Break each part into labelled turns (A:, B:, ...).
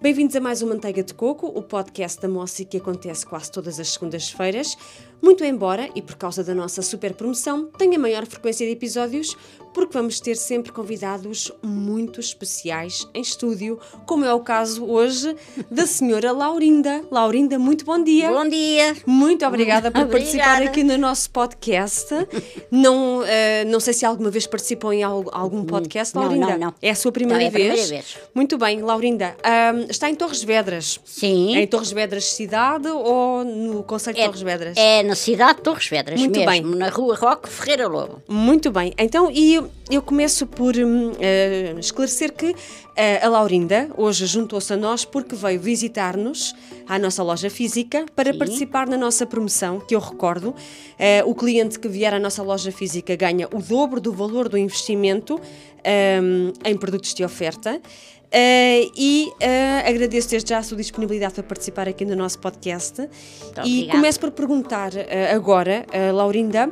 A: Bem-vindos a mais um Manteiga de Coco, o podcast da Mossi que acontece quase todas as segundas-feiras. Muito embora, e por causa da nossa super promoção, tenha maior frequência de episódios, porque vamos ter sempre convidados muito especiais em estúdio, como é o caso hoje da senhora Laurinda. Laurinda, muito bom dia.
B: Bom dia.
A: Muito obrigada por
B: Obrigada.
A: participar aqui no nosso podcast. Não, eh, não sei se alguma vez participou em al- algum podcast,
B: Hum, Não,
A: Laurinda.
B: não, não.
A: É a sua primeira,
B: Não, é a
A: vez?
B: primeira vez.
A: Muito bem, Laurinda. Ahm, está em Torres Vedras. É em
B: Sim.
A: Torres Vedras cidade ou no Conselho de Torres Vedras?
B: É na cidade de Torres Vedras
A: Muito
B: mesmo,
A: bem.
B: na rua Roque Ferreira Lobo.
A: Muito bem, então e eu- eu começo por hum, eh, esclarecer que eh, a Laurinda hoje juntou-se a nós porque veio visitar-nos à nossa loja física para participar na nossa promoção, que eu recordo. Eh, o cliente que vier à nossa loja física ganha o dobro do valor do investimento hum, em produtos de oferta. Eh, e eh, agradeço desde já a sua disponibilidade para participar aqui no nosso podcast. e
B: obrigada.
A: começo Começo por perguntar eh, agora, eh, Laurinda,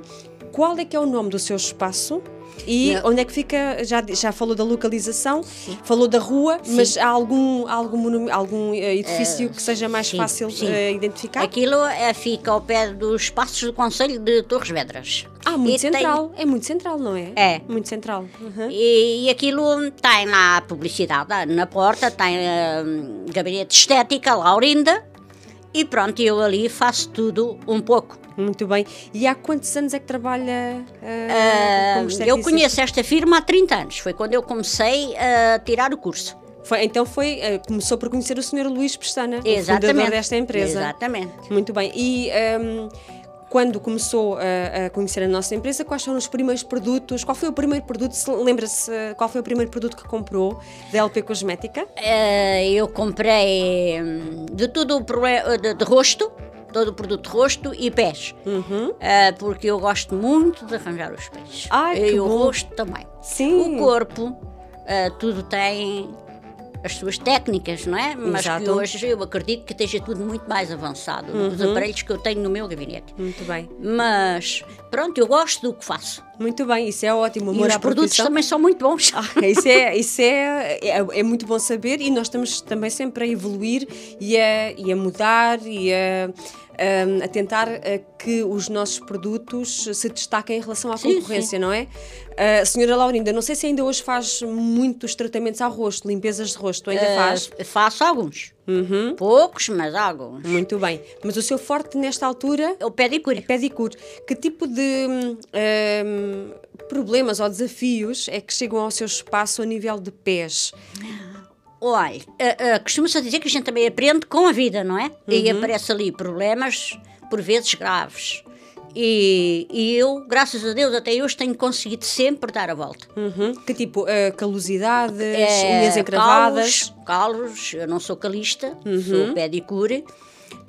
A: qual é que é o nome do seu espaço e onde é que fica? Já, di- já falou da localização, falou da rua, mas há algum, algum, monu- algum eh, edifício que seja mais
B: sim,
A: fácil
B: sim.
A: eh, identificar?
B: Aquilo é, fica ao pé dos passos do Conselho de Torres Vedras.
A: Ah, muito
B: E tem-
A: central. É muito central, não é?
B: É.
A: Muito central. Uhum.
B: E, e aquilo tem lá a publicidade ah, na porta, tem ah, gabinete de estética, Laurinda, e pronto, eu ali faço tudo um pouco.
A: Muito bem. E há quantos anos é que trabalha eh, como
B: Ah, eu
A: esteticista?
B: conheço esta firma há 30 anos, foi quando eu comecei a tirar o curso.
A: Foi- então foi, eh, começou por conhecer o Sr. Luís Pestana, o fundador
B: Exatamente.
A: desta empresa.
B: Exatamente.
A: Muito bem. E hum, quando começou a, a conhecer a nossa empresa, quais foram os primeiros produtos? Qual foi o primeiro produto? se- Lembra-se eh, qual foi o primeiro produto que comprou da LP Cosmética?
B: Eh, eu comprei hum, de tudo o problema de, de rosto, todo o produto de rosto e pés.
A: Uhum.
B: Eh, porque eu gosto muito de arranjar os pés.
A: Ai,
B: e
A: que
B: o
A: bom.
B: rosto também.
A: Sim.
B: O corpo, eh, tudo tem as suas técnicas, não é? Mas que
A: Exato. Uhum.
B: hoje eu acredito que esteja tudo muito mais avançado dos aparelhos que eu tenho no meu gabinete.
A: Muito bem.
B: Mas pronto, eu gosto do que faço.
A: Muito bem, isso é ótimo.
B: E
A: Amor
B: os
A: à
B: produtos
A: profissão.
B: também são muito bons.
A: Ah, isso é, isso é, é, é muito bom saber e nós estamos também sempre a evoluir e a, e a mudar e a, hum, a tentar eh, que os nossos produtos se destaquem em relação à
B: Sim,
A: concorrência, não é? A senhora Laurinda, não sei se ainda hoje faz muitos tratamentos ao rosto, limpezas de rosto, ainda faz? Uhum.
B: Eh, faço alguns. Poucos, mas alguns.
A: Muito bem. Mas o seu forte nesta altura
B: O pedicure.
A: é pedicure. Que tipo de hum, hum, problemas ou desafios é que chegam ao seu espaço a nível de pés?
B: Olha, uh, uh, costuma-se dizer que a gente também aprende com a vida, não é? E aparece ali problemas, por vezes graves. E, e eu, graças a Deus, até hoje tenho conseguido sempre dar a volta.
A: Uhum. Que tipo, eh, calosidades,
B: Eh,
A: unhas encravadas. Uhum.
B: Calos, calos, eu não sou calista, sou pedicure.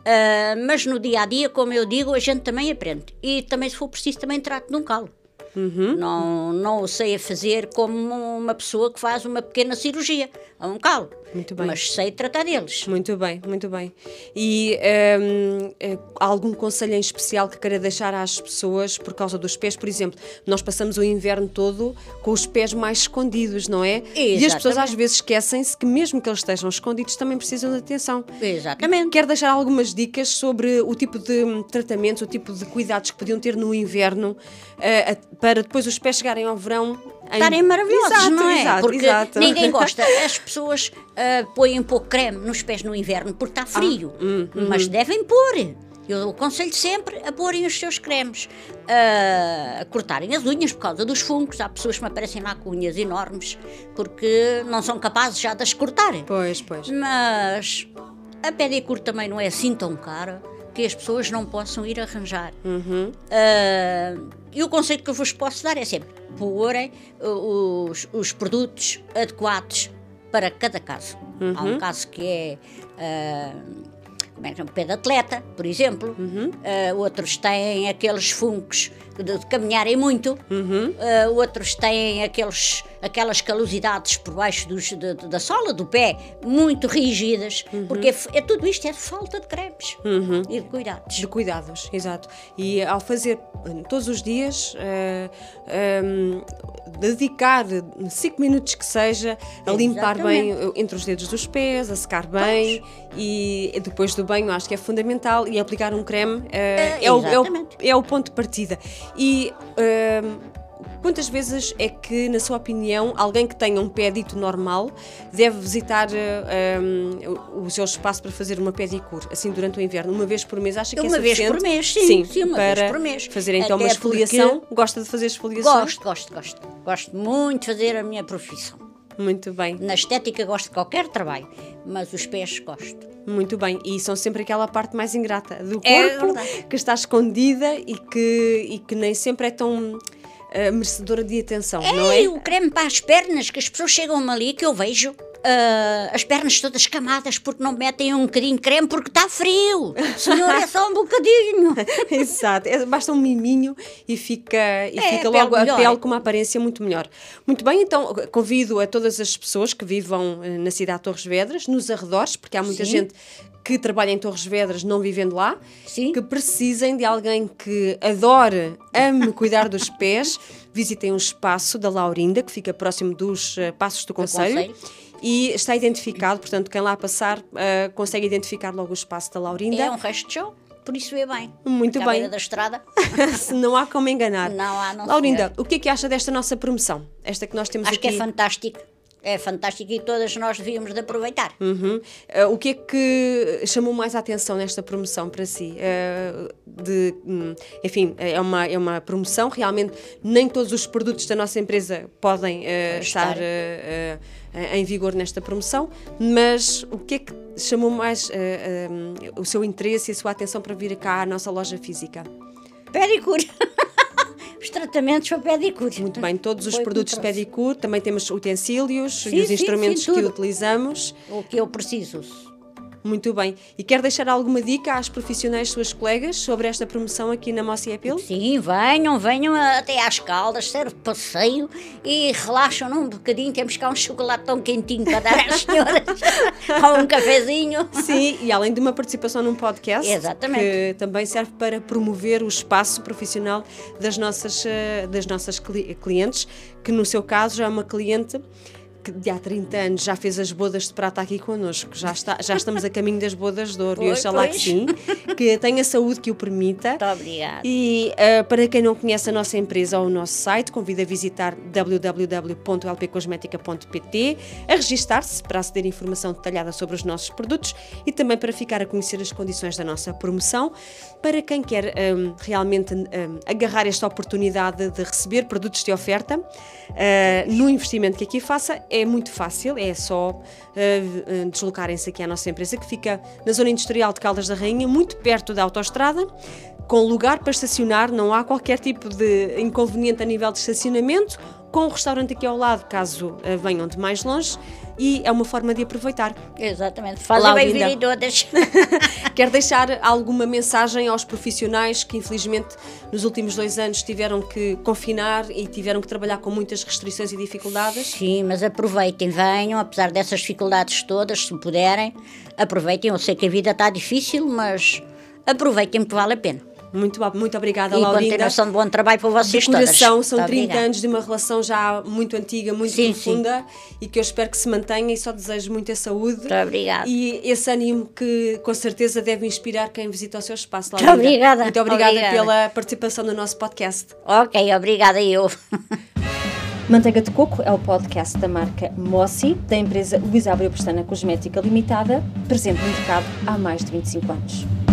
B: Ah, mas no dia a dia, como eu digo, a gente também aprende. E também, se for preciso, também trato de um calo.
A: Uhum.
B: Não, não o sei a fazer como uma pessoa que faz uma pequena cirurgia a um calo.
A: Muito bem.
B: Mas sei tratar deles.
A: Muito bem, muito bem. E hum, eh, algum conselho em especial que queira deixar às pessoas por causa dos pés? Por exemplo, nós passamos o inverno todo com os pés mais escondidos, não é? E as pessoas
B: Exatamente.
A: às vezes esquecem-se que mesmo que eles estejam escondidos também precisam de atenção.
B: Exatamente.
A: Quero deixar algumas dicas sobre o tipo de hum, tratamentos, o tipo de cuidados que podiam ter no inverno eh, a- para depois os pés chegarem ao verão. em-
B: Estarem maravilhosos,
A: Exato,
B: não é?
A: Exato,
B: porque
A: exato.
B: ninguém gosta. As pessoas ah, põem um pouco de creme nos pés no inverno porque está
A: Ah,
B: frio,
A: hum,
B: mas devem pôr. Eu aconselho sempre a porem os seus cremes, ah, a cortarem as unhas por causa dos fungos. Há pessoas que me aparecem lá com unhas enormes porque não são capazes já de as cortarem.
A: Pois, pois.
B: Mas a pedicure também não é assim tão cara que as pessoas não possam ir arranjar. Ah, e o conselho que eu vos posso dar é sempre porem uh, os, os produtos adequados para cada caso. Há um caso que é. ah, como é que chama? Pé de atleta, por exemplo. Ah, outros têm aqueles funcos de, de caminharem muito. Ah, outros têm aqueles, aquelas calosidades por baixo dos- da, da sola do pé, muito rígidas, porque é, f- é tudo isto é falta de cremes e de cuidados.
A: De cuidados, exato. E ao fazer eh, todos os dias, eh, ehm, dedicar 5 minutos que seja a limpar bem eh, entre os dedos dos pés, a secar bem e depois do banho acho que é fundamental e aplicar um creme eh,
B: Eh,
A: é, o, é, o,
B: exatamente.
A: é o ponto de partida. E ehm, quantas vezes é que, na sua opinião, alguém que tenha um pé dito normal deve visitar eh, ehm, o, o seu espaço para fazer uma pedicure, assim durante o inverno, uma vez por mês? Acha que
B: Uma
A: é
B: vez por
A: suficiente?
B: mês, sim, sim, uma vez
A: para
B: por mês.
A: fazer então uma
B: Até porque-
A: esfoliação? Gosta de fazer esfoliação?
B: Gosto, gosto, gosto. Gosto muito de fazer a minha profissão.
A: Muito bem.
B: Na estética gosto de qualquer trabalho, mas os pés gosto.
A: Muito bem, e são sempre aquela parte mais ingrata do corpo
B: É verdade.
A: que está escondida e que, e que nem sempre é tão eh, merecedora de atenção, não é?
B: Ei, o creme para as pernas, que as pessoas chegam ali, que eu vejo ah, as pernas todas camadas porque não metem um bocadinho de creme porque está frio. Senhor, é só um bocadinho.
A: Exato, É, basta um miminho e fica, e
B: É,
A: fica
B: a pele
A: logo a
B: melhor.
A: pele com uma aparência muito melhor. Muito bem, então convido a todas as pessoas que vivam eh, na cidade de Torres Vedras, nos arredores, porque há muita
B: Sim.
A: gente que trabalha em Torres Vedras não vivendo lá,
B: Sim.
A: que precisem de alguém que adore, ame cuidar dos pés, visitem um espaço da Laurinda, que fica próximo dos eh, Passos do Conselho.
B: Conselho.
A: E está identificado, portanto, quem lá passar eh, consegue identificar logo o espaço da Laurinda.
B: É um resto de show, por isso vê bem.
A: Muito
B: Fica à
A: bem.
B: beira da estrada.
A: Se não há como enganar.
B: Não há, não,
A: Laurinda, o que é que acha desta nossa promoção? Esta que nós temos
B: Acho que
A: aqui.
B: é fantástico. É fantástico e todas nós devíamos de aproveitar.
A: Uhum. Eh, o que é que chamou mais a atenção nesta promoção para si? Eh, de, hum, enfim, é uma, é uma promoção, realmente nem todos os produtos da nossa empresa podem eh,
B: Estar.
A: estar eh, eh, em vigor nesta promoção, mas o que é que chamou mais eh, hum, o seu interesse e a sua atenção para vir cá à nossa loja física?
B: Pedicure. Os tratamentos para pedicure.
A: Muito bem, todos os
B: Foi o que me
A: produtos de
B: trouxe.
A: pedicure, também temos utensílios
B: Sim,
A: e os
B: sim,
A: instrumentos
B: sim,
A: que
B: tudo.
A: utilizamos.
B: O que eu preciso.
A: Muito bem. E quer deixar alguma dica às profissionais, suas colegas, sobre esta promoção aqui na Mossi Appeal?
B: Sim, venham, venham até às caldas, serve passeio e relaxam num bocadinho. Temos cá um chocolate tão quentinho para dar às senhoras ou um cafezinho.
A: Sim, e além de uma participação num podcast,
B: Exatamente.
A: que também serve para promover o espaço profissional das nossas, eh, das nossas cli- clientes, que no seu caso já é uma cliente que de há 30 anos já fez as bodas de prata aqui connosco, já, está, já estamos a caminho das bodas de ouro, e
B: Pois,
A: oxalá que
B: pois.
A: sim, que tenha saúde que o permita.
B: Muito obrigada.
A: E ah, para quem não conhece a nossa empresa ou o nosso site, convido a visitar www.lpcosmetica.pt, a registar-se para aceder a informação detalhada sobre os nossos produtos e também para ficar a conhecer as condições da nossa promoção. Para quem quer ahm, realmente ahm, agarrar esta oportunidade de receber produtos de oferta ah, no investimento que aqui faça, é muito fácil, é só ah, v- ah, deslocarem-se aqui à nossa empresa que fica na zona industrial de Caldas da Rainha, muito perto da autoestrada com lugar para estacionar, não há qualquer tipo de inconveniente a nível de estacionamento, com o restaurante aqui ao lado, caso eh, venham de mais longe, e é uma forma de aproveitar.
B: Exatamente.
A: Olá,
B: Fazem bem
A: linda.
B: vir e todas.
A: Quer deixar alguma mensagem aos profissionais que, infelizmente, nos últimos dois anos tiveram que confinar e tiveram que trabalhar com muitas restrições e dificuldades?
B: Sim, mas aproveitem, venham, apesar dessas dificuldades todas, se puderem, aproveitem. Eu sei que a vida está difícil, mas aproveitem porque vale a pena.
A: Muito, bo- muito obrigada,
B: E
A: Laurinda.
B: continuação de bom trabalho para vocês
A: de coração,
B: todas.
A: são
B: Muito
A: 30
B: obrigada.
A: anos de uma relação já muito antiga, muito
B: Sim,
A: profunda e que eu espero que se mantenha e só desejo muita saúde.
B: Muito obrigada.
A: E esse ânimo que com certeza deve inspirar quem visita o seu espaço.
B: Muito
A: Laurinda.
B: obrigada.
A: Muito obrigada,
B: Obrigada.
A: pela participação no nosso podcast.
B: Ok, obrigada eu.
C: Manteiga de Coco é o podcast da marca Mossi, da empresa Luís Abreu Pestana Cosmética Limitada, presente no mercado há mais de 25 anos.